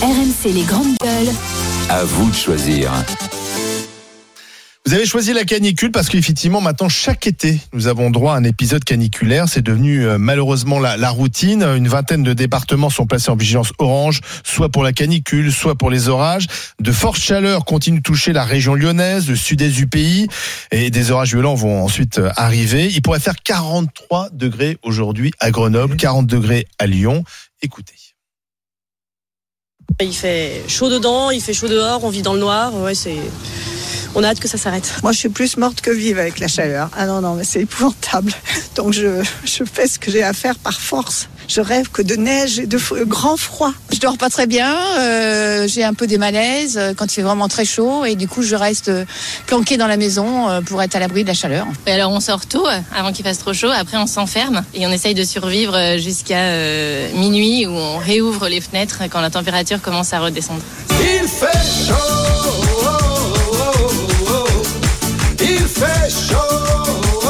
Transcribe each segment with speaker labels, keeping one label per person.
Speaker 1: RMC les grandes gueules.
Speaker 2: À vous de choisir.
Speaker 3: Vous avez choisi la canicule parce qu'effectivement, maintenant, chaque été, nous avons droit à un épisode caniculaire. C'est devenu euh, malheureusement la, la routine. Une vingtaine de départements sont placés en vigilance orange, soit pour la canicule, soit pour les orages. De fortes chaleurs continuent de toucher la région lyonnaise, le sud-est du pays, et des orages violents vont ensuite euh, arriver. Il pourrait faire 43 degrés aujourd'hui à Grenoble, 40 degrés à Lyon. Écoutez.
Speaker 4: Il fait chaud dedans, il fait chaud dehors, on vit dans le noir. Ouais, c'est. On a hâte que ça s'arrête.
Speaker 5: Moi, je suis plus morte que vive avec la chaleur. Ah non, non, mais c'est épouvantable. Donc, je, je fais ce que j'ai à faire par force. Je rêve que de neige et de f- grand froid.
Speaker 6: Je dors pas très bien, euh, j'ai un peu des malaises euh, quand il fait vraiment très chaud et du coup je reste euh, planquée dans la maison euh, pour être à l'abri de la chaleur.
Speaker 7: Et alors on sort tôt euh, avant qu'il fasse trop chaud, après on s'enferme et on essaye de survivre euh, jusqu'à euh, minuit où on réouvre les fenêtres quand la température commence à redescendre.
Speaker 8: Il fait chaud. oh, oh, oh, oh. Il fait chaud. oh, oh,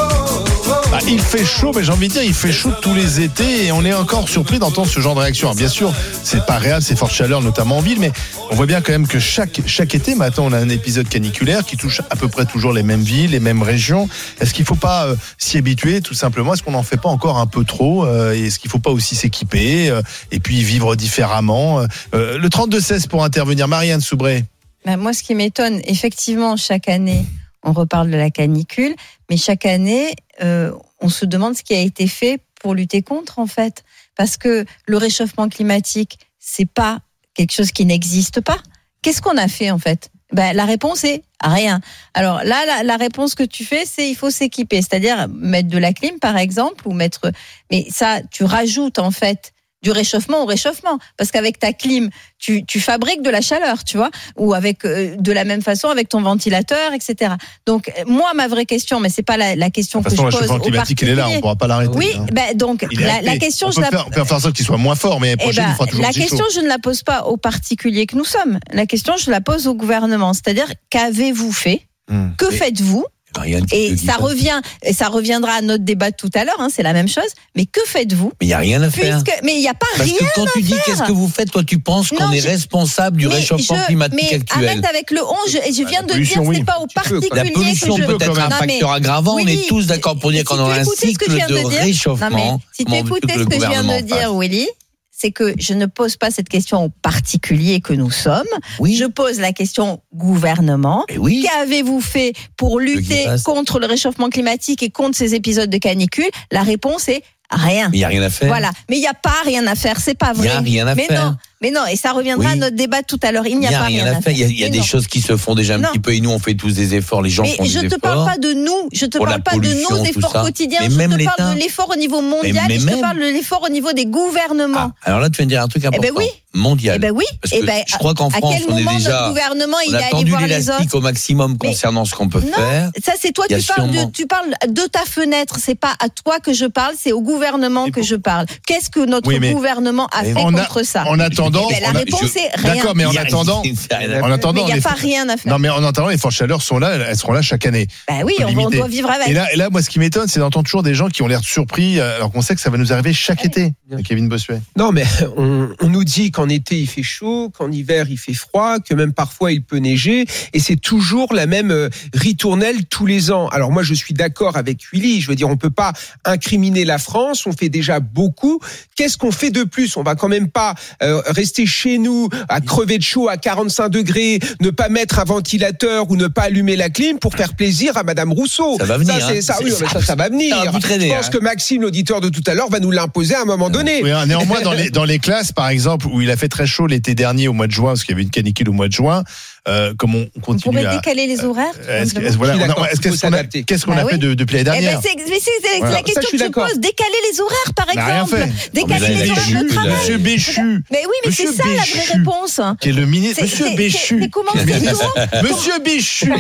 Speaker 8: oh.
Speaker 3: Bah, il fait chaud, mais j'ai envie de dire, il fait chaud tous les étés et on est encore surpris d'entendre ce genre de réaction. Alors, bien sûr, c'est pas réel, c'est forte chaleur, notamment en ville, mais on voit bien quand même que chaque, chaque été, maintenant, on a un épisode caniculaire qui touche à peu près toujours les mêmes villes, les mêmes régions. Est-ce qu'il faut pas euh, s'y habituer, tout simplement Est-ce qu'on n'en fait pas encore un peu trop euh, et Est-ce qu'il faut pas aussi s'équiper euh, et puis vivre différemment Euh, Le 32-16 pour intervenir, Marianne Soubré.
Speaker 9: Bah, moi, ce qui m'étonne, effectivement, chaque année, on reparle de la canicule, mais chaque année, euh, on se demande ce qui a été fait pour lutter contre, en fait. Parce que le réchauffement climatique, c'est pas quelque chose qui n'existe pas. Qu'est-ce qu'on a fait, en fait ben, La réponse est rien. Alors là, la, la réponse que tu fais, c'est il faut s'équiper, c'est-à-dire mettre de la clim, par exemple, ou mettre. Mais ça, tu rajoutes, en fait, du réchauffement au réchauffement. Parce qu'avec ta clim, tu, tu fabriques de la chaleur, tu vois, ou avec euh, de la même façon avec ton ventilateur, etc. Donc euh, moi, ma vraie question, mais c'est pas la, la question
Speaker 3: De toute façon,
Speaker 9: que
Speaker 3: le
Speaker 9: je pose
Speaker 3: changement
Speaker 9: aux
Speaker 3: climatique, il est là, on
Speaker 9: particuliers.
Speaker 3: pourra pas l'arrêter.
Speaker 9: Oui,
Speaker 3: hein.
Speaker 9: ben donc
Speaker 3: Il est
Speaker 9: la,
Speaker 3: acté.
Speaker 9: la question,
Speaker 3: on
Speaker 9: je
Speaker 3: peut,
Speaker 9: la,
Speaker 3: faire, on peut faire en sorte qu'il soit moins fort, mais la
Speaker 9: eh
Speaker 3: prochaine,
Speaker 9: ben,
Speaker 3: il fera toujours
Speaker 9: la
Speaker 3: aussi chaud.
Speaker 9: question, je ne la pose pas aux particuliers que nous sommes. La question, je la pose au gouvernement. C'est-à-dire, qu'avez-vous fait
Speaker 3: Hmm.
Speaker 9: Que
Speaker 2: Et-
Speaker 9: faites-vous
Speaker 2: Marianne,
Speaker 9: Et
Speaker 2: tu te
Speaker 9: ça
Speaker 2: dis pas.
Speaker 9: revient, et ça reviendra à notre débat de tout à l'heure. hein, c'est la même chose. Mais que faites-vous
Speaker 2: Mais il n'y a rien à faire.
Speaker 9: Puisque, mais il n'y a pas
Speaker 2: Parce
Speaker 9: rien.
Speaker 2: que quand tu dis qu'est-ce que vous faites, toi tu penses qu'on
Speaker 9: Non,
Speaker 2: est
Speaker 9: je-
Speaker 2: responsable du
Speaker 9: Mais
Speaker 2: réchauffement
Speaker 9: je-
Speaker 2: climatique
Speaker 9: mais
Speaker 2: actuel. Bah,
Speaker 9: arrête avec le on. Je, et je viens de le dire,
Speaker 3: pollution, oui.
Speaker 9: c'est pas aux
Speaker 2: Tu peux, quoi. La
Speaker 9: particuliers
Speaker 2: pollution
Speaker 9: que je.
Speaker 2: peut être un
Speaker 9: Non, mais-
Speaker 2: facteur aggravant.
Speaker 9: oui,
Speaker 2: on est
Speaker 9: oui.
Speaker 2: tous d'accord pour dire
Speaker 9: Si
Speaker 2: qu'on
Speaker 9: tu
Speaker 2: aura un
Speaker 9: écoutais ce que
Speaker 2: cycle
Speaker 9: je viens
Speaker 2: de,
Speaker 9: de dire-
Speaker 2: réchauffement.
Speaker 9: Non, mais si tu
Speaker 2: Comment veux
Speaker 9: écoutais
Speaker 2: le
Speaker 9: ce que je viens
Speaker 2: gouvernement
Speaker 9: de dire,
Speaker 2: fasse
Speaker 9: Willy, c'est que je ne pose pas cette question aux particuliers que nous sommes.
Speaker 2: Oui.
Speaker 9: Je pose la question au gouvernement.
Speaker 2: Mais oui.
Speaker 9: Qu'avez-vous fait pour lutter
Speaker 2: passe.
Speaker 9: contre le réchauffement climatique et contre ces épisodes de canicule La réponse est rien.
Speaker 2: Mais il n'y a rien à faire.
Speaker 9: Voilà. Mais il n'y a pas rien à faire. C'est pas
Speaker 2: Il n'y
Speaker 9: vrai.
Speaker 2: a rien à
Speaker 9: mais
Speaker 2: faire.
Speaker 9: non. Mais non. Et ça reviendra
Speaker 2: Oui.
Speaker 9: à notre débat tout à l'heure. Il
Speaker 2: Il
Speaker 9: n'y a, pas rien, à faire.
Speaker 2: Il y a, il y a
Speaker 9: Mais
Speaker 2: des
Speaker 9: non.
Speaker 2: choses qui se font déjà un
Speaker 9: Non.
Speaker 2: petit peu et nous on fait tous des efforts, les gens
Speaker 9: Mais
Speaker 2: font
Speaker 9: je
Speaker 2: des
Speaker 9: te
Speaker 2: efforts.
Speaker 9: parle pas de nous, je te
Speaker 2: Pour la
Speaker 9: parle pas de
Speaker 2: pollution,
Speaker 9: nos
Speaker 2: tout
Speaker 9: efforts
Speaker 2: ça.
Speaker 9: quotidiens,
Speaker 2: Mais
Speaker 9: je
Speaker 2: même
Speaker 9: te
Speaker 2: l'État.
Speaker 9: parle de l'effort au niveau mondial,
Speaker 2: mais
Speaker 9: et je
Speaker 2: même-
Speaker 9: te parle de l'effort au niveau
Speaker 2: Ah,
Speaker 9: des gouvernements.
Speaker 2: alors là tu viens de dire un truc
Speaker 9: ben
Speaker 2: important.
Speaker 9: oui.
Speaker 2: Mondial.
Speaker 9: eh ben oui,
Speaker 2: Parce
Speaker 9: eh
Speaker 2: que
Speaker 9: ben,
Speaker 2: je crois qu'en
Speaker 9: à
Speaker 2: France,
Speaker 9: quel
Speaker 2: on est
Speaker 9: moment
Speaker 2: déjà-
Speaker 9: notre gouvernement
Speaker 2: on
Speaker 9: il est
Speaker 2: a
Speaker 9: allé
Speaker 2: tendu
Speaker 9: voir les autres
Speaker 2: l'élastique au maximum
Speaker 9: Mais-
Speaker 2: concernant ce qu'on peut
Speaker 9: Non,
Speaker 2: faire.
Speaker 9: ça, c'est toi,
Speaker 2: Il y
Speaker 9: tu
Speaker 2: a
Speaker 9: parles, de,
Speaker 2: sûrement-
Speaker 9: tu parles de ta fenêtre. C'est pas à toi que je parle, c'est au gouvernement
Speaker 2: Mais
Speaker 9: que
Speaker 2: bon.
Speaker 9: je parle. Qu'est-ce que notre
Speaker 3: Oui, mais-
Speaker 9: gouvernement a fait
Speaker 3: En a-
Speaker 9: contre ça
Speaker 3: En attendant,
Speaker 9: Eh ben,
Speaker 3: on
Speaker 9: La
Speaker 3: a-
Speaker 9: réponse
Speaker 2: je-
Speaker 9: est rien.
Speaker 3: D'accord, mais en
Speaker 2: Il y a-
Speaker 3: attendant,
Speaker 2: il y a rien à
Speaker 3: en
Speaker 9: Mais
Speaker 3: attendant,
Speaker 9: il n'y
Speaker 3: on
Speaker 9: a
Speaker 3: est-
Speaker 9: pas rien à faire.
Speaker 3: non mais en attendant, les fortes chaleurs sont là, elles seront là chaque année.
Speaker 9: Bah oui,
Speaker 3: faut
Speaker 9: on, va- on
Speaker 3: limiter.
Speaker 9: doit vivre avec.
Speaker 3: Et là, et là, moi, ce qui m'étonne, c'est d'entendre toujours des gens qui ont l'air surpris, euh, alors qu'on sait que ça va nous arriver chaque été. hein, Kevin Bossuet.
Speaker 10: Non, mais on, on nous dit qu'en été il fait chaud, qu'en hiver il fait froid, que même parfois il peut neiger, et c'est toujours la même euh, ritournelle tous les ans. Alors moi je suis d'accord avec Willy, je veux dire on peut pas incriminer la France, on fait déjà beaucoup. Qu'est-ce qu'on fait de plus On va quand même pas euh, rester chez nous à crever de chaud à 45 degrés, ne pas mettre un ventilateur ou ne pas allumer la clim pour faire plaisir à Madame Rousseau.
Speaker 2: Ça va venir,
Speaker 10: Ça, c'est-
Speaker 2: hein.
Speaker 10: ça, oui,
Speaker 2: C'est-
Speaker 10: mais ça, ça va venir.
Speaker 2: Ça va vous traîner,
Speaker 10: je pense
Speaker 2: hein. Ah,
Speaker 10: que Maxime, l'auditeur de tout à l'heure, va nous l'imposer à un moment donné.
Speaker 3: Oui, hein, néanmoins, dans les, dans les classes, par exemple, où il a fait très chaud l'été dernier au mois de juin, parce qu'il y avait une canicule au mois de juin, euh, comme on on
Speaker 9: On
Speaker 3: continue
Speaker 9: pourrait
Speaker 3: à. Euh,
Speaker 9: décaler les horaires. tout
Speaker 3: Est-ce que-
Speaker 9: simplement.
Speaker 3: est-ce- voilà,
Speaker 10: Je suis
Speaker 3: on a-
Speaker 10: d'accord,
Speaker 3: est-ce que-
Speaker 10: faut
Speaker 3: qu'est-ce qu'on a,
Speaker 10: s'adapter.
Speaker 3: qu'est-ce qu'on
Speaker 9: Bah
Speaker 3: a
Speaker 9: oui.
Speaker 3: fait de- depuis l'année
Speaker 9: Eh
Speaker 3: dernière
Speaker 9: ben, c'est mais c'est- c'est
Speaker 3: Voilà.
Speaker 9: la
Speaker 3: Ça,
Speaker 9: question
Speaker 10: je suis
Speaker 9: que tu
Speaker 10: d'accord.
Speaker 9: poses. Décaler les horaires, par
Speaker 3: On n'a rien
Speaker 9: exemple.
Speaker 3: fait.
Speaker 2: Non, mais
Speaker 9: Décaler
Speaker 2: là,
Speaker 9: les
Speaker 2: il a
Speaker 9: horaires
Speaker 2: eu,
Speaker 9: de
Speaker 2: là.
Speaker 9: travail.
Speaker 3: euh, Monsieur Béchu,
Speaker 9: Mais oui, mais
Speaker 3: Monsieur
Speaker 9: c'est ça la vraie
Speaker 3: Béchu.
Speaker 9: réponse. hein.
Speaker 3: qui est le ministre.
Speaker 9: C'est-
Speaker 3: Monsieur
Speaker 9: c'est-
Speaker 3: Béchu.
Speaker 9: c'est- c'est comment, c'est comment
Speaker 3: Monsieur Béchu.
Speaker 9: On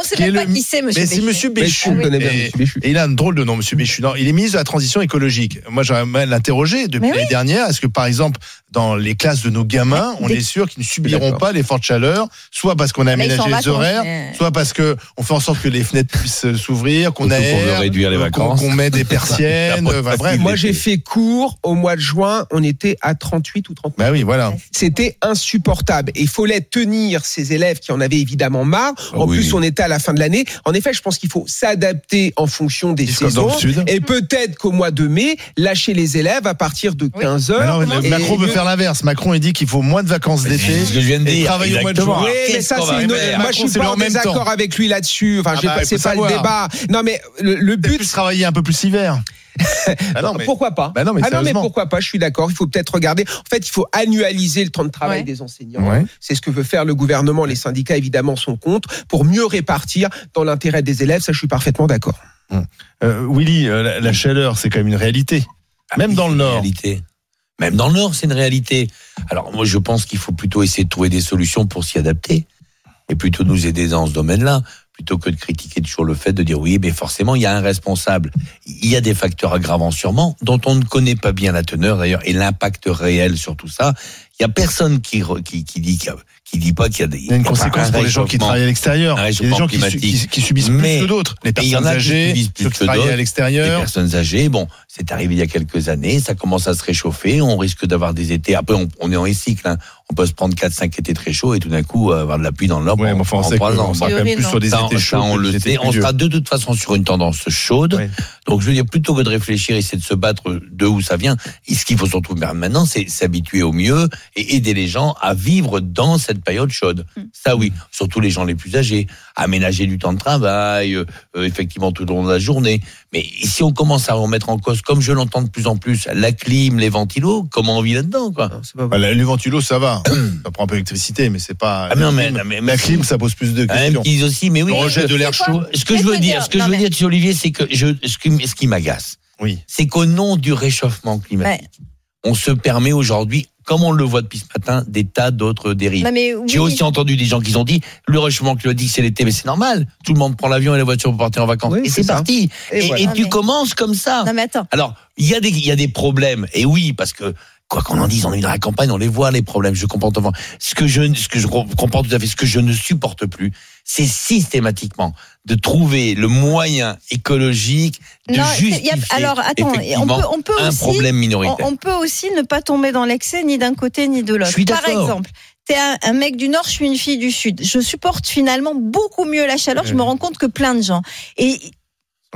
Speaker 9: ne sait
Speaker 3: Qui est
Speaker 9: même pas
Speaker 3: le-
Speaker 9: qui c'est, monsieur.
Speaker 3: Mais c'est
Speaker 9: Béchu.
Speaker 3: Monsieur Béchu.
Speaker 10: Béchu, on connaît bien
Speaker 3: Et-
Speaker 10: Monsieur Béchu.
Speaker 3: Et il a un drôle de nom, Monsieur Béchu. Non, il est ministre de la transition écologique. Moi, j'aimerais l'interroger depuis
Speaker 9: Mais
Speaker 3: l'année dernière. Est-ce que, par exemple, dans les classes de nos gamins, on
Speaker 9: Des-
Speaker 3: est sûr qu'ils ne subiront
Speaker 10: D'accord.
Speaker 3: pas les fortes chaleurs, soit parce qu'on a
Speaker 9: Là, ils sont
Speaker 3: aménagé
Speaker 9: en
Speaker 3: les
Speaker 9: vacances,
Speaker 3: horaires,
Speaker 9: mais-
Speaker 3: soit parce que on fait en sorte que les fenêtres puissent euh, s'ouvrir, qu'on
Speaker 2: Surtout qu'on veut
Speaker 3: aère, euh,
Speaker 2: réduire les
Speaker 3: qu'on-
Speaker 2: vacances.
Speaker 3: qu'on met des persiennes, euh, enfin, bref.
Speaker 10: Moi, j'ai fait cours au mois de juin, on était à 38 ou 39.
Speaker 3: Bah oui, voilà.
Speaker 10: C'était insupportable. Et il fallait tenir ces élèves qui en avaient évidemment marre. En
Speaker 2: Ah oui.
Speaker 10: plus, on était à la fin de l'année. En effet, je pense qu'il faut s'adapter en fonction des
Speaker 3: Ils sont dans
Speaker 10: saisons.
Speaker 3: le sud.
Speaker 10: Et peut-être qu'au mois de mai, lâcher les élèves à partir de 15
Speaker 3: Bah
Speaker 10: heures.
Speaker 3: non, mais
Speaker 10: Et-
Speaker 3: Macron veut faire l'inverse. Macron, il dit qu'il faut moins de vacances d'été.
Speaker 2: C'est ce que je viens de
Speaker 3: Et
Speaker 2: dire.
Speaker 3: travailler au mois de
Speaker 2: Exactement.
Speaker 3: juin.
Speaker 10: Oui, mais
Speaker 2: Qu'est-ce
Speaker 10: ça,
Speaker 2: qu'on va
Speaker 10: c'est une...
Speaker 2: faire
Speaker 10: Moi, je suis
Speaker 3: Macron, c'est le
Speaker 10: pas
Speaker 3: en
Speaker 10: en
Speaker 3: même temps.
Speaker 10: désaccord avec lui là-dessus. Enfin,
Speaker 3: Ah
Speaker 10: j'ai
Speaker 3: bah,
Speaker 10: pas-
Speaker 3: il faut
Speaker 10: c'est pas le
Speaker 3: savoir.
Speaker 10: débat. Non, mais le, le
Speaker 3: Peut-être
Speaker 10: but,
Speaker 3: plus travailler un peu plus hiver. Bah non, mais-
Speaker 10: Pourquoi pas
Speaker 3: Bah non, mais
Speaker 10: Ah non, mais
Speaker 3: sérieusement.
Speaker 10: pourquoi pas Je suis d'accord. Il faut peut-être regarder. En fait, il faut annualiser le temps de travail
Speaker 9: Ouais.
Speaker 10: des enseignants.
Speaker 3: Ouais.
Speaker 10: C'est ce que veut faire le gouvernement. Les syndicats, évidemment, sont contre pour mieux répartir dans l'intérêt des élèves. Ça, je suis parfaitement d'accord.
Speaker 3: Euh, Willy, euh, la, la chaleur, c'est quand même une réalité. Même dans
Speaker 2: C'est
Speaker 3: le
Speaker 2: une
Speaker 3: Nord.
Speaker 2: réalité. Même dans le Nord, c'est une réalité. Alors moi, je pense qu'il faut plutôt essayer de trouver des solutions pour s'y adapter et plutôt nous aider dans ce domaine-là, plutôt que de critiquer toujours le fait de dire oui, mais forcément, il y a un responsable. Il y a des facteurs aggravants sûrement, dont on ne connaît pas bien la teneur d'ailleurs et l'impact réel sur tout ça. Il y a personne qui, re- qui, qui dit qu'il y a- qui dit pas qu'il y a des
Speaker 3: Il y a une conséquence pour les gens qui travaillent à l'extérieur.
Speaker 2: Un
Speaker 3: Il y a des gens qui, su-
Speaker 2: réchauffement
Speaker 3: qui- qui subissent
Speaker 2: climatique.
Speaker 3: plus que d'autres. Les
Speaker 2: Mais il y en
Speaker 3: personnes
Speaker 2: a qui
Speaker 3: âgées,
Speaker 2: subissent plus
Speaker 3: ceux qui
Speaker 2: que
Speaker 3: travaillent à
Speaker 2: d'autres. les
Speaker 3: l'extérieur.
Speaker 2: personnes âgées, bon, c'est arrivé il y a quelques années, ça commence à se réchauffer, on risque d'avoir des étés. Après, on, on est en cycle, hein. on peut se prendre 4-5 étés très chauds et tout d'un coup euh, avoir de la pluie dans l'or
Speaker 3: Ouais, mais enfin, on
Speaker 2: en
Speaker 3: sait qu'on
Speaker 2: 3 ans.
Speaker 3: sera
Speaker 2: Ça,
Speaker 3: quand même plus sur des
Speaker 2: ça,
Speaker 3: étés chauds.
Speaker 2: on
Speaker 3: que des
Speaker 2: le
Speaker 3: étés
Speaker 2: sait, on
Speaker 3: pluvieux.
Speaker 2: sera de toute façon sur une tendance chaude.
Speaker 3: Ouais.
Speaker 2: Donc, je veux dire, plutôt que de réfléchir, essayer de se battre de où ça vient, et ce qu'il faut surtout faire maintenant, c'est s'habituer au mieux et aider les gens à vivre dans cette période chaude.
Speaker 9: Mm.
Speaker 2: Ça, oui, surtout les gens les plus âgés, aménager du temps de travail, euh, euh, effectivement tout au long de la journée. Mais si on commence à remettre en cause, comme je l'entends de plus en plus, la clim, les ventilos, comment on vit là-dedans, quoi
Speaker 10: Non, c'est pas vrai.
Speaker 3: Bah, la- les ventilos, ça va. ça prend un peu d'électricité, mais c'est pas.
Speaker 2: Ah, mais non, mais, non, mais-
Speaker 3: La clim, ça pose plus de
Speaker 2: Ah, Même
Speaker 3: questions.
Speaker 2: qu'ils aussi, mais oui.
Speaker 3: Le rejet
Speaker 2: je-
Speaker 3: de l'air
Speaker 9: C'est
Speaker 3: chaud.
Speaker 9: quoi
Speaker 2: Ce que je veux dire, ce que je veux
Speaker 9: Non, mais-
Speaker 2: dire, monsieur Olivier, c'est que je, ce qui, ce qui m'agace,
Speaker 3: Oui.
Speaker 2: c'est qu'au nom du réchauffement climatique, on se permet aujourd'hui, comme on le voit depuis ce matin, des tas d'autres dérives.
Speaker 9: Non, mais oui.
Speaker 2: J'ai aussi entendu des gens qui ont dit le réchauffement climatique c'est l'été, mais c'est normal. Tout le monde prend l'avion et la voiture pour partir en vacances.
Speaker 10: Oui,
Speaker 2: et
Speaker 10: c'est
Speaker 2: c'est
Speaker 10: ça.
Speaker 2: parti.
Speaker 10: Et
Speaker 2: Et,
Speaker 10: voilà.
Speaker 2: et
Speaker 9: Non,
Speaker 2: tu
Speaker 9: mais-
Speaker 2: commences comme ça.
Speaker 9: Non, mais attends.
Speaker 2: Alors, il y, a des- il y a des problèmes, et oui, parce que quoi qu'on en dise, on est dans la campagne, on les voit, les problèmes, je comprends tout à fait. Ce que je, ce que je comprends tout à fait, ce que je ne supporte plus, c'est systématiquement de trouver le moyen écologique de
Speaker 9: Non, c'est- il
Speaker 2: justifier
Speaker 9: y a- alors, attends, on
Speaker 2: effectivement
Speaker 9: peut, on peut
Speaker 2: un
Speaker 9: aussi.
Speaker 2: problème
Speaker 9: on,
Speaker 2: minoritaire.
Speaker 9: on peut aussi ne pas tomber dans l'excès ni d'un côté ni de l'autre.
Speaker 2: Je suis
Speaker 9: Par
Speaker 2: d'accord.
Speaker 9: exemple, t'es un, un mec du Nord, je suis une fille du Sud. Je supporte finalement beaucoup mieux la chaleur. Je me rends compte que plein de gens. Et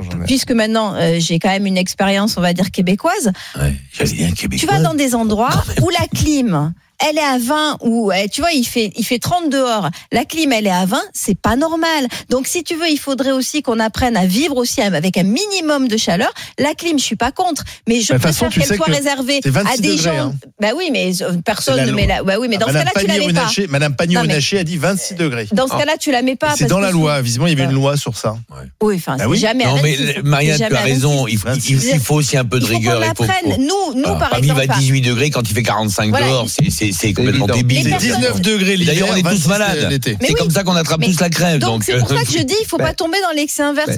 Speaker 3: J'en ai-
Speaker 9: puisque maintenant euh, j'ai quand même une expérience, on va dire québécoise,
Speaker 2: Ouais, j'allais dire
Speaker 9: tu
Speaker 2: québécois.
Speaker 9: vas dans des endroits où la clim. Elle est à 20 ou eh, tu vois il fait il fait 30 dehors. La clim elle est à 20, c'est pas normal. Donc si tu veux, il faudrait aussi qu'on apprenne à vivre aussi avec un minimum de chaleur. La clim, je suis pas contre, mais je
Speaker 3: De toute
Speaker 9: préfère
Speaker 3: façon, tu sais
Speaker 9: qu'elle soit
Speaker 3: que
Speaker 9: réservée
Speaker 3: c'est 26
Speaker 9: à des
Speaker 3: degrés,
Speaker 9: gens.
Speaker 3: hein.
Speaker 9: Bah oui, mais euh, personne
Speaker 3: C'est la
Speaker 9: ne
Speaker 3: loi.
Speaker 9: met la. Bah oui, mais dans ce
Speaker 3: Ah, Madame
Speaker 9: cas-là, tu la mets pas.
Speaker 3: Pannier-Runacher- Madame Pannier-Runacher a dit 26 degrés.
Speaker 9: Dans ce cas-là, tu la mets pas.
Speaker 3: Et Ah. C'est
Speaker 9: parce
Speaker 3: dans
Speaker 9: que euh,
Speaker 3: la loi. Visiblement, il y avait
Speaker 9: Ouais.
Speaker 3: une loi sur ça.
Speaker 9: Oui, enfin,
Speaker 3: Bah
Speaker 9: c'est
Speaker 3: oui.
Speaker 9: jamais. à
Speaker 2: Non, mais
Speaker 9: 26, c'est
Speaker 2: Marianne,
Speaker 9: jamais
Speaker 2: tu as
Speaker 9: à
Speaker 2: raison, il faut, il, il faut aussi un peu de
Speaker 9: 26. Il faut
Speaker 2: rigueur.
Speaker 9: qu'on
Speaker 2: et faut- Ah, faut-
Speaker 9: l'apprenne. Nous, nous,
Speaker 2: Alors,
Speaker 9: par
Speaker 2: pas
Speaker 9: exemple.
Speaker 2: vivre à 18 degrés quand il fait 45
Speaker 9: Voilà.
Speaker 2: dehors, c'est- c'est c'est complètement
Speaker 10: évident.
Speaker 2: débile.
Speaker 9: Les
Speaker 3: C'est
Speaker 9: personnes-
Speaker 3: 19 degrés l'hiver.
Speaker 2: D'ailleurs, on est
Speaker 3: 26
Speaker 2: tous malades.
Speaker 3: l'été.
Speaker 9: Mais
Speaker 2: C'est
Speaker 9: oui.
Speaker 2: comme ça qu'on attrape
Speaker 9: Mais-
Speaker 2: tous la crève.
Speaker 9: Donc
Speaker 2: Donc, euh, bah
Speaker 9: c'est pour ça que je dis, il faut
Speaker 10: Ben,
Speaker 9: pas tomber dans l'excès-inverse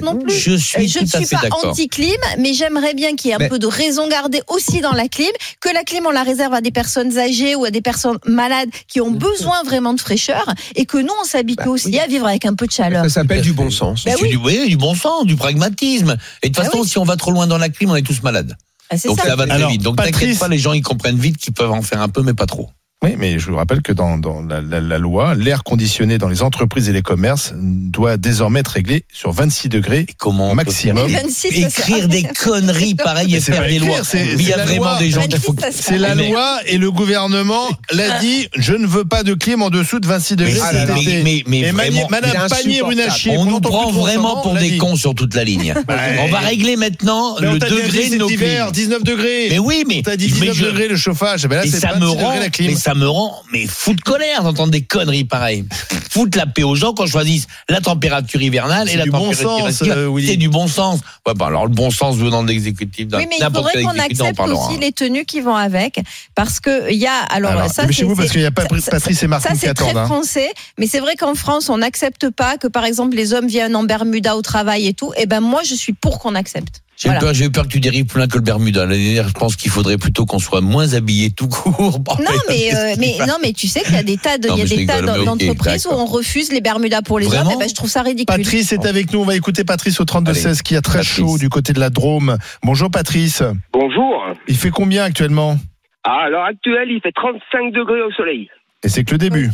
Speaker 10: ben,
Speaker 9: non plus.
Speaker 2: je suis
Speaker 9: je
Speaker 2: tout
Speaker 9: ne
Speaker 2: à
Speaker 9: suis
Speaker 2: fait
Speaker 9: pas
Speaker 2: d'accord.
Speaker 9: anti-clim, mais j'aimerais bien qu'il y ait un
Speaker 10: Ben-
Speaker 9: peu de raison gardée aussi dans la clim, que la clim on la réserve à des personnes âgées ou à des personnes malades qui ont besoin vraiment de fraîcheur et que nous on s'habitue
Speaker 10: Ben,
Speaker 9: aussi
Speaker 10: oui.
Speaker 9: à vivre avec un peu de chaleur.
Speaker 10: Ça s'appelle du bon sens.
Speaker 9: Ben
Speaker 2: C'est du, oui, du bon sens, du pragmatisme. Et de toute
Speaker 9: Ben
Speaker 2: façon,
Speaker 9: oui.
Speaker 2: si on va trop loin dans la clim, on est tous malades.
Speaker 9: Ah, c'est
Speaker 2: Donc
Speaker 9: ça.
Speaker 2: ça va très
Speaker 3: Alors,
Speaker 2: vite. Donc
Speaker 3: Patrice-
Speaker 2: t'inquiète pas, les gens ils comprennent vite qu'ils peuvent en faire un peu, mais pas trop.
Speaker 3: Oui, mais je vous rappelle que dans, dans la, la- la loi, l'air conditionné dans les entreprises et les commerces doit désormais être réglé sur 26 degrés.
Speaker 2: Et comment on peut
Speaker 3: Maximum.
Speaker 2: faire-
Speaker 9: Mais 26, ça
Speaker 2: Écrire
Speaker 9: sert.
Speaker 2: des conneries pareilles et
Speaker 3: c'est
Speaker 2: faire
Speaker 3: pas
Speaker 2: des
Speaker 3: écrire,
Speaker 2: lois.
Speaker 3: c'est-
Speaker 2: Mais
Speaker 3: c'est
Speaker 2: Il y
Speaker 3: la
Speaker 2: a vraiment
Speaker 3: loi.
Speaker 2: des gens
Speaker 9: Ben,
Speaker 2: qui faut.
Speaker 9: ça sert.
Speaker 3: C'est la
Speaker 2: Mais-
Speaker 3: loi et le gouvernement l'a dit, je ne veux pas de clim en dessous de 26
Speaker 2: Mais,
Speaker 3: degrés.
Speaker 10: Ah
Speaker 2: c'est-
Speaker 10: là là.
Speaker 3: cet
Speaker 2: mais-
Speaker 3: été.
Speaker 2: mais- mais
Speaker 3: et
Speaker 2: vraiment,
Speaker 3: Madame
Speaker 10: c'est
Speaker 3: Pannier-Runacher,
Speaker 2: on nous
Speaker 3: pendant
Speaker 2: prend
Speaker 3: plus de
Speaker 2: vraiment
Speaker 3: longtemps,
Speaker 2: pour
Speaker 3: l'a
Speaker 2: des
Speaker 3: dit.
Speaker 2: cons sur toute la ligne.
Speaker 3: Ouais.
Speaker 2: On va régler maintenant
Speaker 3: Mais on
Speaker 2: le
Speaker 3: t'a déjà dit
Speaker 2: degré de
Speaker 3: cet
Speaker 2: nos
Speaker 3: hiver,
Speaker 2: clims.
Speaker 3: 19 degrés.
Speaker 2: Mais oui, mais,
Speaker 3: T'as dit
Speaker 2: mais
Speaker 3: 19
Speaker 2: je-
Speaker 3: degrés le chauffage. Ben là,
Speaker 2: et
Speaker 3: c'est
Speaker 2: ça
Speaker 3: 26
Speaker 2: me
Speaker 3: degrés
Speaker 2: rend,
Speaker 3: la clim.
Speaker 2: mais ça me rend, mais fou de colère d'entendre des conneries pareilles. Foutre la paix aux gens qu'on choisisse la température hivernale
Speaker 3: C'est
Speaker 2: et la
Speaker 3: du bon
Speaker 2: température
Speaker 3: sens,
Speaker 2: estivale.
Speaker 3: euh, Willy.
Speaker 2: C'est du bon sens. Ouais, bah, alors le bon sens venant de l'exécutif, d'un-
Speaker 9: Oui, mais il
Speaker 2: n'importe
Speaker 9: faudrait
Speaker 2: quel
Speaker 9: qu'on
Speaker 2: exécutif, on en
Speaker 9: accepte
Speaker 2: parlera. hein.
Speaker 9: aussi les tenues qui vont avec, parce que il y a alors,
Speaker 3: Alors,
Speaker 9: ça
Speaker 3: mais chez
Speaker 9: c'est-
Speaker 3: vous, parce
Speaker 9: c'est-
Speaker 3: qu'il y a pas
Speaker 9: ça-
Speaker 3: Patrice et
Speaker 9: Ça,
Speaker 3: Martin qui
Speaker 9: c'est très
Speaker 3: attendent. hein.
Speaker 9: français, mais c'est vrai qu'en France, on n'accepte pas que, par exemple, les hommes viennent en Bermuda au travail et tout. Eh ben, moi, je suis pour qu'on accepte.
Speaker 2: J'ai
Speaker 9: Voilà.
Speaker 2: peur, j'ai eu peur que tu dérives plus loin que le Bermuda. L'année dernière, je pense qu'il faudrait plutôt qu'on soit moins habillé tout court. par
Speaker 9: Non
Speaker 2: les-
Speaker 9: mais, euh, mais non mais tu sais qu'il y a des tas de
Speaker 2: Non,
Speaker 9: il y a
Speaker 2: mais je
Speaker 9: des tas
Speaker 2: rigole, mais ok,
Speaker 9: d'entreprises où
Speaker 2: d'accord.
Speaker 9: on refuse les Bermudas pour les
Speaker 2: Vraiment
Speaker 9: hommes. Eh ben, je trouve ça ridicule.
Speaker 3: Patrice est avec nous. On va écouter Patrice au 32
Speaker 2: Allez,
Speaker 3: 16 qui a très
Speaker 2: Patrice.
Speaker 3: chaud du côté de la Drôme. Bonjour Patrice.
Speaker 1: Bonjour.
Speaker 3: Il fait combien actuellement
Speaker 1: Ah, à l'heure actuelle, il fait 35 degrés au soleil.
Speaker 3: Et c'est que le début.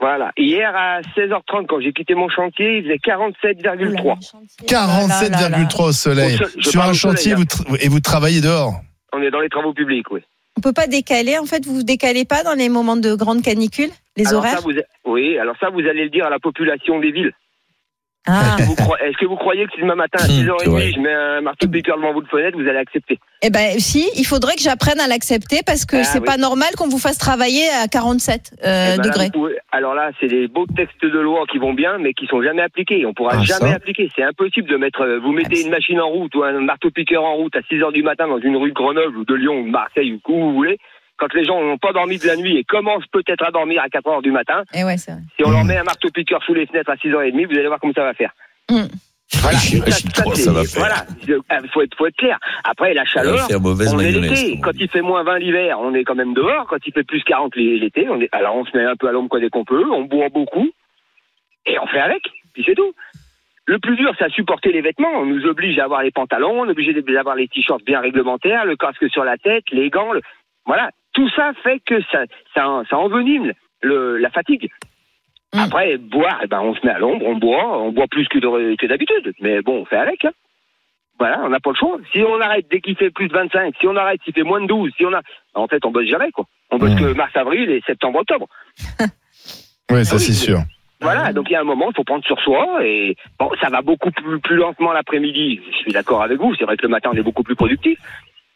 Speaker 1: Voilà. Hier à 16h30, quand j'ai quitté mon chantier, il faisait 47,3.
Speaker 3: 47,3 au soleil.
Speaker 1: Au sol- je
Speaker 3: Sur
Speaker 1: parle
Speaker 3: un
Speaker 1: au soleil,
Speaker 3: chantier
Speaker 1: hein.
Speaker 3: vous tra- et vous travaillez dehors.
Speaker 1: On est dans les travaux publics, oui.
Speaker 9: On peut pas décaler. En fait, vous vous décalez pas dans les moments de grande canicule, les
Speaker 1: alors
Speaker 9: horaires.
Speaker 1: ça, vous... Oui, alors ça, vous allez le dire à la population des villes.
Speaker 9: Ah.
Speaker 1: Vous cro- Est-ce que vous croyez que si demain matin à
Speaker 2: Hmm, c'est vrai.
Speaker 1: 6h30, je mets un marteau piqueur devant votre fenêtre, vous allez accepter
Speaker 9: Eh ben si, il faudrait que j'apprenne à l'accepter parce que
Speaker 1: Ah,
Speaker 9: c'est
Speaker 1: oui.
Speaker 9: pas normal qu'on vous fasse travailler à 47 euh,
Speaker 1: Eh ben là,
Speaker 9: degrés.
Speaker 1: vous pouvez- Alors là, c'est des beaux textes de loi qui vont bien, mais qui sont jamais appliqués. On pourra
Speaker 3: Ah,
Speaker 1: jamais
Speaker 3: ça.
Speaker 1: appliquer. C'est impossible de mettre. euh, Vous mettez une machine en route ou un marteau piqueur en route à 6 heures du matin dans une rue de Grenoble ou de Lyon ou de Marseille ou où vous voulez. Quand les gens n'ont pas dormi de la nuit et commencent peut-être à dormir à 4 heures du matin,
Speaker 9: Eh ouais, c'est vrai.
Speaker 1: si on leur
Speaker 3: Mm.
Speaker 1: met un marteau piqueur sous les fenêtres à 6 h 30 vous allez voir comment ça va faire.
Speaker 9: Mm.
Speaker 1: Voilà.
Speaker 2: J'imagine
Speaker 1: Et ça,
Speaker 2: trop,
Speaker 1: ça,
Speaker 2: ça va
Speaker 1: c'est-
Speaker 2: faire.
Speaker 1: Voilà. Je- ah, Faut être, faut être clair. Après, la
Speaker 2: Ouais,
Speaker 1: chaleur,
Speaker 2: c'est la mauvaise
Speaker 1: on est
Speaker 2: mayonnaise,
Speaker 1: l'été.
Speaker 2: comme on
Speaker 1: Quand
Speaker 2: dit.
Speaker 1: il fait moins 20 l'hiver, on est quand même dehors. Quand il fait plus 40 l'hi- l'été, on est... alors on se met un peu à l'ombre quoi dès qu'on peut, on boit beaucoup et on fait avec. Puis c'est tout. Le plus dur, c'est à supporter les vêtements. On nous oblige à avoir les pantalons, on est obligé d'avoir les t-shirts bien réglementaires, le casque sur la tête, les gants. le- Voilà. Tout ça fait que ça, ça, ça envenime le, la fatigue.
Speaker 9: Mm.
Speaker 1: Après, boire, eh ben, on se met à l'ombre, on boit, on boit plus que de- que d'habitude. Mais bon, on fait avec. hein. Voilà, on n'a pas le choix. Si on arrête dès qu'il fait plus de 25, si on arrête, s'il fait moins de 12, si on a. En fait, on bosse jamais, quoi. On bosse
Speaker 3: Mm.
Speaker 1: que mars-avril et septembre-octobre.
Speaker 3: Oui, ça
Speaker 1: Ah oui,
Speaker 3: c'est
Speaker 1: mais-
Speaker 3: sûr.
Speaker 9: Mm.
Speaker 1: Voilà, donc il y a un moment, il faut prendre sur soi et bon, ça va beaucoup plus, plus lentement l'après-midi. Je suis d'accord avec vous, c'est vrai que le matin on est beaucoup plus productif,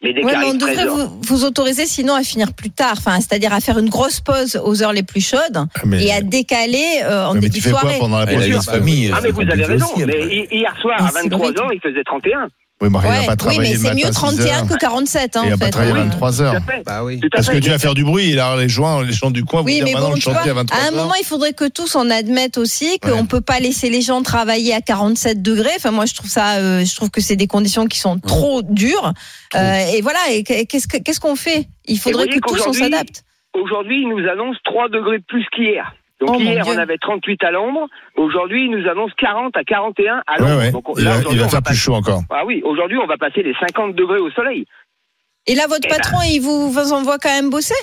Speaker 1: mais dès
Speaker 9: Ouais, mais on
Speaker 1: qu'arrive
Speaker 9: devrait
Speaker 1: 13 heures-
Speaker 9: vous, vous autoriser sinon à finir plus tard, enfin, c'est-à-dire à faire une grosse pause aux heures les plus chaudes
Speaker 3: Mais,
Speaker 9: et à décaler euh, en
Speaker 3: mais
Speaker 9: début
Speaker 3: tu
Speaker 9: de
Speaker 3: fais quoi
Speaker 9: soirée.
Speaker 3: pendant la
Speaker 2: Et la vie de
Speaker 3: pause
Speaker 2: famille.
Speaker 1: Ah
Speaker 2: c'est
Speaker 1: mais vous avez
Speaker 2: compliqué
Speaker 1: raison,
Speaker 2: aussi,
Speaker 1: mais
Speaker 2: après.
Speaker 1: hi- hier soir
Speaker 9: Mais
Speaker 1: à
Speaker 9: c'est
Speaker 1: 23
Speaker 9: horrible.
Speaker 1: ans, il faisait 31.
Speaker 3: Oui, Marie
Speaker 9: Ouais,
Speaker 3: n'a Oh, pas
Speaker 9: oui,
Speaker 3: travaillé
Speaker 9: mais
Speaker 3: le
Speaker 9: c'est
Speaker 3: matin
Speaker 9: mieux
Speaker 3: à 6 heures,
Speaker 9: 31 que 47 hein,
Speaker 3: Et elle
Speaker 9: en
Speaker 3: n'a pas
Speaker 9: fait.
Speaker 3: travaillé à
Speaker 9: Ouais.
Speaker 3: 23
Speaker 1: Tout à
Speaker 3: heures.
Speaker 1: fait.
Speaker 10: Bah oui.
Speaker 1: Tout à
Speaker 3: Parce que
Speaker 1: fait.
Speaker 3: tu vas faire du bruit. Et là, les gens, les gens du coin vont
Speaker 9: Oui,
Speaker 3: dire
Speaker 9: mais
Speaker 3: maintenant,
Speaker 9: bon,
Speaker 3: le
Speaker 9: tu vois,
Speaker 3: chantier à 23
Speaker 9: à un
Speaker 3: heures.
Speaker 9: moment, il faudrait que tous en admettent aussi qu'on
Speaker 3: Ouais.
Speaker 9: peut pas laisser les gens travailler à 47 degrés. Enfin, moi, je trouve ça, euh, je trouve que c'est des conditions qui sont trop dures. Euh, et voilà, et qu'est-ce que- qu'est-ce qu'on fait Il faudrait
Speaker 1: voyez
Speaker 9: que tous on
Speaker 1: qu'aujourd'hui,
Speaker 9: s'adapte.
Speaker 1: Aujourd'hui, il nous annonce 3 degrés de plus qu'hier. Donc
Speaker 9: Oh, mon
Speaker 1: hier
Speaker 9: Dieu.
Speaker 1: on avait 38 à l'ombre, aujourd'hui il nous annonce 40 à 41 à l'ombre.
Speaker 3: Ouais, ouais.
Speaker 1: Donc, on-
Speaker 3: Il
Speaker 1: là,
Speaker 3: va- Il
Speaker 1: aujourd'hui,
Speaker 3: va
Speaker 1: on
Speaker 3: faire
Speaker 1: va
Speaker 3: plus
Speaker 1: passer-
Speaker 3: chaud encore.
Speaker 1: Ah oui, aujourd'hui on va passer les 50 degrés au soleil.
Speaker 9: Et là, votre
Speaker 1: Eh ben.
Speaker 9: patron, il vous, vous envoie quand même bosser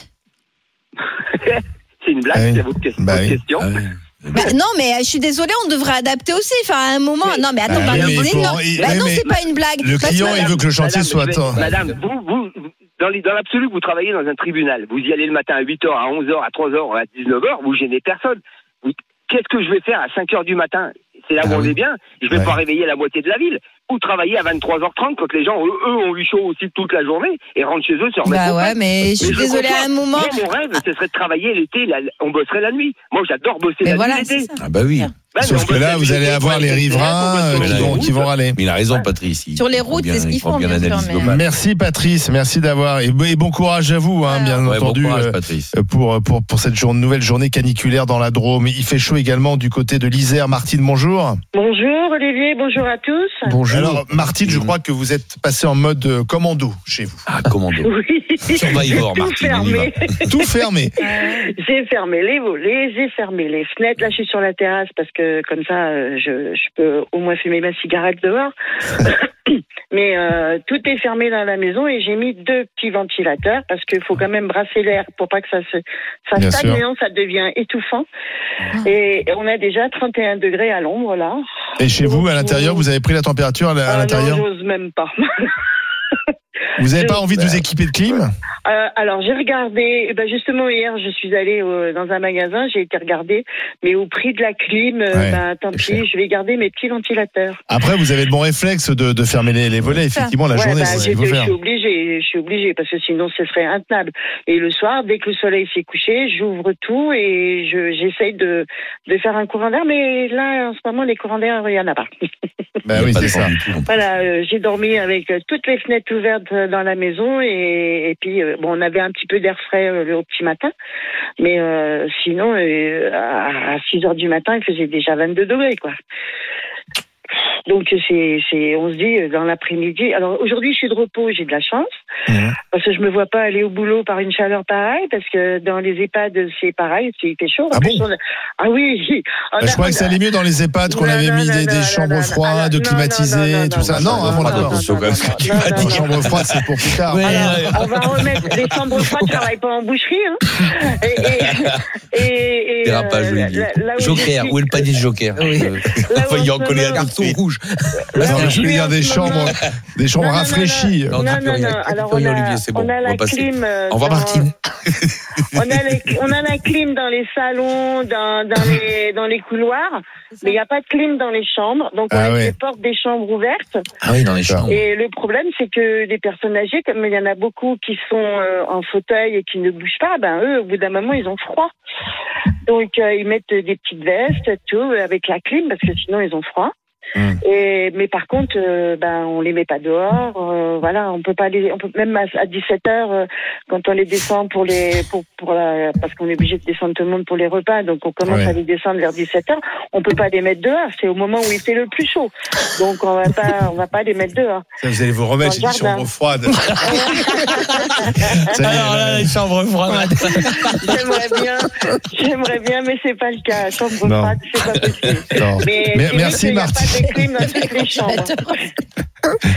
Speaker 1: C'est une blague,
Speaker 3: Ah oui.
Speaker 1: c'est votre, que-
Speaker 3: Bah
Speaker 1: votre
Speaker 3: oui.
Speaker 1: question.
Speaker 2: Ah ouais.
Speaker 9: Bah, non, mais euh, je suis désolée, on devrait adapter aussi. Enfin, à un moment, non, mais attends,
Speaker 3: Bah,
Speaker 9: bah,
Speaker 3: oui,
Speaker 9: non,
Speaker 3: mais
Speaker 9: c'est
Speaker 3: pour-
Speaker 9: énorme.
Speaker 3: il-
Speaker 9: Bah
Speaker 3: oui,
Speaker 9: non,
Speaker 3: mais
Speaker 9: c'est pas une blague.
Speaker 3: Le
Speaker 9: Parce que-
Speaker 3: client, il veut que le chantier soit
Speaker 1: madame,
Speaker 3: toi.
Speaker 1: Madame, vous, vous, vous- dans les- dans l'absolu, vous travaillez dans un tribunal. Vous y allez le matin à 8h, à 11h, à 3h, à 19h, vous gênez personne. Vous- Qu'est-ce que je vais faire à 5h du matin C'est là où
Speaker 3: Ah
Speaker 1: on
Speaker 3: oui.
Speaker 1: est bien. Je vais
Speaker 3: Ouais.
Speaker 1: pas réveiller la moitié de la ville. Ou travailler à 23h30 quand les gens, eux, eux, ont eu chaud aussi toute la journée et rentrent chez eux, se remettent
Speaker 9: Bah
Speaker 1: au
Speaker 9: ouais,
Speaker 1: pain.
Speaker 9: mais je suis
Speaker 1: je
Speaker 9: désolée,
Speaker 1: comprends.
Speaker 9: à un moment.
Speaker 1: Moi, mon rêve, ce serait de travailler l'été, la- on bosserait la nuit. Moi, j'adore bosser
Speaker 9: Mais
Speaker 1: la
Speaker 9: voilà,
Speaker 1: nuit
Speaker 9: c'est
Speaker 1: l'été.
Speaker 9: ça.
Speaker 2: Ah bah oui.
Speaker 1: Ouais, mais
Speaker 3: Sauf
Speaker 1: Ben, on
Speaker 3: que
Speaker 1: bosse
Speaker 3: là,
Speaker 1: la
Speaker 3: vous
Speaker 1: nuit
Speaker 3: allez
Speaker 1: l'été, on
Speaker 3: avoir
Speaker 1: bosse
Speaker 3: les
Speaker 1: la nuit,
Speaker 3: riverains
Speaker 1: on
Speaker 3: euh,
Speaker 1: bosse
Speaker 3: qui
Speaker 1: la
Speaker 2: euh,
Speaker 3: vont,
Speaker 1: nuit.
Speaker 3: qui vont râler.
Speaker 2: Mais il a raison, Patrice. il
Speaker 9: Sur les
Speaker 2: prend
Speaker 9: routes,
Speaker 2: bien-
Speaker 9: c'est ce
Speaker 2: il
Speaker 9: qu'ils
Speaker 2: prend
Speaker 9: font,
Speaker 2: bien
Speaker 9: bien
Speaker 2: l'analyse
Speaker 9: sûr, mais-
Speaker 2: globale.
Speaker 3: Merci Patrice, merci d'avoir et, et bon courage à vous, hein, bien
Speaker 2: Ouais, bon
Speaker 3: entendu.
Speaker 2: courage,
Speaker 3: euh,
Speaker 2: Patrice.
Speaker 3: pour, pour, pour cette jour- nouvelle journée caniculaire dans la Drôme. Il fait chaud également du côté de l'Isère. Martine, bonjour.
Speaker 4: Bonjour Olivier, bonjour à tous.
Speaker 3: Bonjour. Alors, Martine, je crois que vous êtes passé en mode euh, commando chez vous.
Speaker 2: Ah, commando.
Speaker 4: Oui,
Speaker 2: Survivor,
Speaker 4: tout
Speaker 2: Martine, on y va.
Speaker 4: fermé.
Speaker 3: Tout fermé.
Speaker 4: J'ai fermé les volets, j'ai fermé les fenêtres. Là, je suis sur la terrasse parce que comme ça, euh, je, je peux au moins fumer ma cigarette dehors. Mais euh, tout est fermé dans la maison et j'ai mis deux petits ventilateurs parce qu'il faut quand même brasser l'air pour pas que ça se ça
Speaker 3: Bien
Speaker 4: stagne,
Speaker 3: sûr.
Speaker 4: sinon ça devient étouffant.
Speaker 2: Ah.
Speaker 4: Et on a déjà 31 degrés à l'ombre là.
Speaker 3: Et chez vous, à l'intérieur, vous avez pris la température à la- Euh, à
Speaker 4: Ah non,
Speaker 3: l'intérieur
Speaker 4: j'ose même pas.
Speaker 3: Vous n'avez pas
Speaker 4: je-
Speaker 3: envie de vous équiper de clim
Speaker 4: Euh, alors j'ai regardé, eh ben justement hier je suis allée euh, dans un magasin, j'ai été regarder, mais au prix de la clim, euh,
Speaker 3: Ouais,
Speaker 4: ben, tant
Speaker 3: c'est
Speaker 4: pis,
Speaker 3: cher.
Speaker 4: je vais garder mes petits ventilateurs.
Speaker 3: Après, vous avez le bon réflexe de, de fermer les, les volets, effectivement, la
Speaker 4: Ouais,
Speaker 3: journée,
Speaker 4: ben,
Speaker 3: c'est ce
Speaker 4: j'ai-
Speaker 3: qu'il faut
Speaker 4: je
Speaker 3: faire.
Speaker 4: suis obligée, je suis obligée parce que sinon ce serait intenable. Et le soir, dès que le soleil s'est couché, j'ouvre tout et je- j'essaye de, de faire un courant d'air, mais là en ce moment les courants d'air il y en a pas.
Speaker 3: Bah
Speaker 2: Il y a
Speaker 3: oui,
Speaker 2: pas de
Speaker 3: c'est ça.
Speaker 2: vent du tout, non plus.
Speaker 4: Voilà, euh, j'ai dormi avec euh, toutes les fenêtres ouvertes euh, dans la maison et, et puis euh, bon, on avait un petit peu d'air frais euh, le au petit matin, mais euh, sinon euh, à, à 6 heures du matin, il faisait déjà 22 degrés quoi. Donc c'est, c'est, on se dit euh, dans l'après-midi. Alors aujourd'hui, je suis de repos, j'ai de la chance parce que je me vois pas aller au boulot par une chaleur pareille parce que dans les EHPAD c'est pareil, c'est il fait chaud. En
Speaker 3: Ah
Speaker 4: plus,
Speaker 3: bon
Speaker 4: on a- Ah oui. on
Speaker 3: Bah, je
Speaker 4: a-
Speaker 3: crois que ça allait mieux dans les EHPAD qu'on
Speaker 4: Non,
Speaker 3: avait
Speaker 4: non,
Speaker 3: mis
Speaker 4: non,
Speaker 3: des,
Speaker 4: non,
Speaker 3: des
Speaker 4: non,
Speaker 3: chambres
Speaker 4: non, non,
Speaker 3: froides,
Speaker 4: non, non,
Speaker 3: climatisées,
Speaker 4: non, non,
Speaker 3: tout ça.
Speaker 4: non,
Speaker 3: Non,
Speaker 4: non,
Speaker 3: avant
Speaker 4: non,
Speaker 3: la
Speaker 4: non,
Speaker 3: peur.
Speaker 4: non, non, non, non, non, non,
Speaker 3: Les
Speaker 4: non.
Speaker 3: chambres froides, c'est pour plus tard.
Speaker 2: Ah,
Speaker 4: Alors, on va remettre les chambres froides, je travaille pas en boucherie. Hein. Et, et, et, et,
Speaker 2: Dérapage,
Speaker 4: euh,
Speaker 2: Olivier.
Speaker 4: là- là où je
Speaker 2: Joker,
Speaker 4: suis-
Speaker 2: où est le panier de Joker Euh,
Speaker 4: Là où
Speaker 2: Enfin, il y
Speaker 4: en
Speaker 2: en
Speaker 4: ce
Speaker 2: coller un tout de
Speaker 4: moment-
Speaker 10: Carton
Speaker 2: suite.
Speaker 10: rouge.
Speaker 4: là où
Speaker 3: Non, mais je
Speaker 4: suis
Speaker 3: veux dire
Speaker 4: en
Speaker 3: des
Speaker 4: ce moment-
Speaker 3: chambres, des chambres
Speaker 4: Non, non, non,
Speaker 3: rafraîchies.
Speaker 2: non,
Speaker 4: Non,
Speaker 2: non,
Speaker 4: non,
Speaker 2: plus rien.
Speaker 4: non. Alors,
Speaker 2: Plus
Speaker 4: on
Speaker 2: rien,
Speaker 4: a,
Speaker 2: Olivier, c'est bon,
Speaker 4: on a
Speaker 2: on va
Speaker 4: la
Speaker 2: passer.
Speaker 4: clim. euh,
Speaker 2: Au revoir,
Speaker 4: dans-
Speaker 2: Martine.
Speaker 4: On a, les- on a la clim dans les salons, dans, dans, les, dans les couloirs, mais il n'y a pas de clim dans les chambres. Donc, on
Speaker 3: Ah
Speaker 4: laisse
Speaker 3: ouais.
Speaker 4: les portes des chambres ouvertes.
Speaker 2: Ah oui, dans les chambres.
Speaker 4: Et le problème, c'est que les personnes âgées, comme il y en a beaucoup qui sont euh, en fauteuil et qui ne bougent pas, ben eux, au bout d'un moment, ils ont froid. Donc euh, ils mettent des petites vestes, tout, avec la clim, parce que sinon ils ont froid.
Speaker 3: Mm.
Speaker 4: Et mais par contre, euh, ben on les met pas dehors. euh, voilà, on peut pas les, on peut même à, à 17 heures euh, quand on les descend pour les, pour, pour la, parce qu'on est obligé de descendre tout le monde pour les repas, donc on commence
Speaker 3: Ouais.
Speaker 4: à les descendre vers 17 heures. On peut pas les mettre dehors. C'est au moment où il fait le plus chaud. Donc on va pas, on va pas les mettre dehors.
Speaker 3: Ça, vous allez vous remettre, c'est
Speaker 4: Dans
Speaker 3: des
Speaker 4: le jardin.
Speaker 3: chambres froides. Ça y est, là,
Speaker 2: les chambres froides.
Speaker 4: J'aimerais bien, j'aimerais bien, mais c'est pas le cas. Chambre
Speaker 3: Non.
Speaker 4: froide, c'est pas possible.
Speaker 3: non.
Speaker 4: Mais,
Speaker 3: Mais- merci,
Speaker 4: c'est vrai qu'il y a
Speaker 3: Martine.
Speaker 4: pas de clim dans toutes les chambres.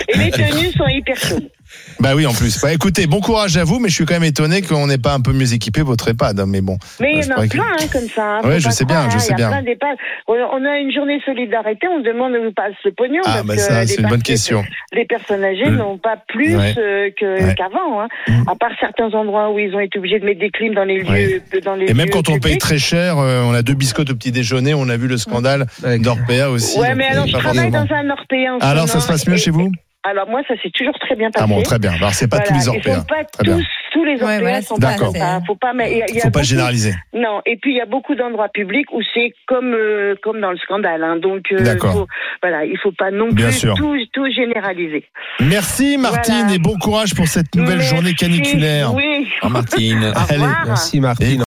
Speaker 4: Et les tenues sont hyper chaudes.
Speaker 3: Bah oui, en plus. Bah écoutez, bon courage à vous, mais je suis quand même étonné qu'on n'ait pas un peu mieux équipé votre EHPAD. hein, Mais bon.
Speaker 4: Mais
Speaker 3: Ouais,
Speaker 4: il
Speaker 3: c'est
Speaker 4: y en
Speaker 3: vrai
Speaker 4: a
Speaker 3: que-
Speaker 4: plein hein, comme ça. hein,
Speaker 3: Ouais,
Speaker 4: faut
Speaker 3: je
Speaker 4: pas
Speaker 3: sais bien,
Speaker 4: croire,
Speaker 3: je
Speaker 4: hein,
Speaker 3: sais
Speaker 4: il y a
Speaker 3: bien.
Speaker 4: plein d'épaves. On a une journée solidarité, on demande où passe le pognon.
Speaker 3: Ah
Speaker 4: parce
Speaker 3: bah
Speaker 4: que
Speaker 3: ça,
Speaker 4: les
Speaker 3: c'est une bonne
Speaker 4: parties-
Speaker 3: question.
Speaker 4: Les personnes âgées
Speaker 3: Mm.
Speaker 4: n'ont pas plus
Speaker 3: Ouais.
Speaker 4: euh, que-
Speaker 3: Ouais. Mm.
Speaker 4: qu'avant. hein. À part certains endroits où ils ont été obligés de mettre des clims dans les
Speaker 3: Ouais.
Speaker 4: lieux. Dans les
Speaker 3: Et même
Speaker 4: lieux
Speaker 3: quand on paye
Speaker 4: publics.
Speaker 3: très cher, euh, on a deux biscottes au petit déjeuner, on a vu le scandale
Speaker 10: Avec-
Speaker 3: d'Orpea aussi.
Speaker 4: Ouais,
Speaker 3: donc,
Speaker 4: mais
Speaker 3: euh,
Speaker 4: alors je
Speaker 3: pas
Speaker 4: travaille
Speaker 3: forcément.
Speaker 4: dans un Orpéen. en ce
Speaker 3: Alors ça
Speaker 4: moment,
Speaker 3: se passe mieux
Speaker 4: et-
Speaker 3: chez vous
Speaker 4: Alors moi, ça s'est toujours très bien passé.
Speaker 3: Ah bon, très bien. Alors c'est pas
Speaker 4: Voilà,
Speaker 3: tous les
Speaker 4: ils
Speaker 3: Orpéens.
Speaker 4: sont pas
Speaker 3: Très
Speaker 4: tous,
Speaker 3: bien.
Speaker 4: tous les Orpéens
Speaker 9: Ouais, voilà,
Speaker 4: sont
Speaker 9: c'est
Speaker 4: pas
Speaker 9: ça,
Speaker 3: D'accord.
Speaker 9: c'est-
Speaker 4: Enfin, faut pas, mais il y a- il y a
Speaker 3: Faut pas
Speaker 4: beaucoup-
Speaker 3: généraliser.
Speaker 4: Non, et puis il y a beaucoup d'endroits publics où c'est comme euh, comme dans le scandale. Hein. Donc euh,
Speaker 3: D'accord.
Speaker 4: faut- voilà, il faut pas non
Speaker 3: Bien
Speaker 4: plus
Speaker 3: sûr.
Speaker 4: tout tout généraliser.
Speaker 3: Merci Martine
Speaker 4: Voilà.
Speaker 3: et bon courage pour cette nouvelle
Speaker 4: Merci.
Speaker 3: journée caniculaire.
Speaker 4: Oui.
Speaker 2: Ah, Martine.
Speaker 4: Au revoir.
Speaker 10: Merci Martine.
Speaker 3: Et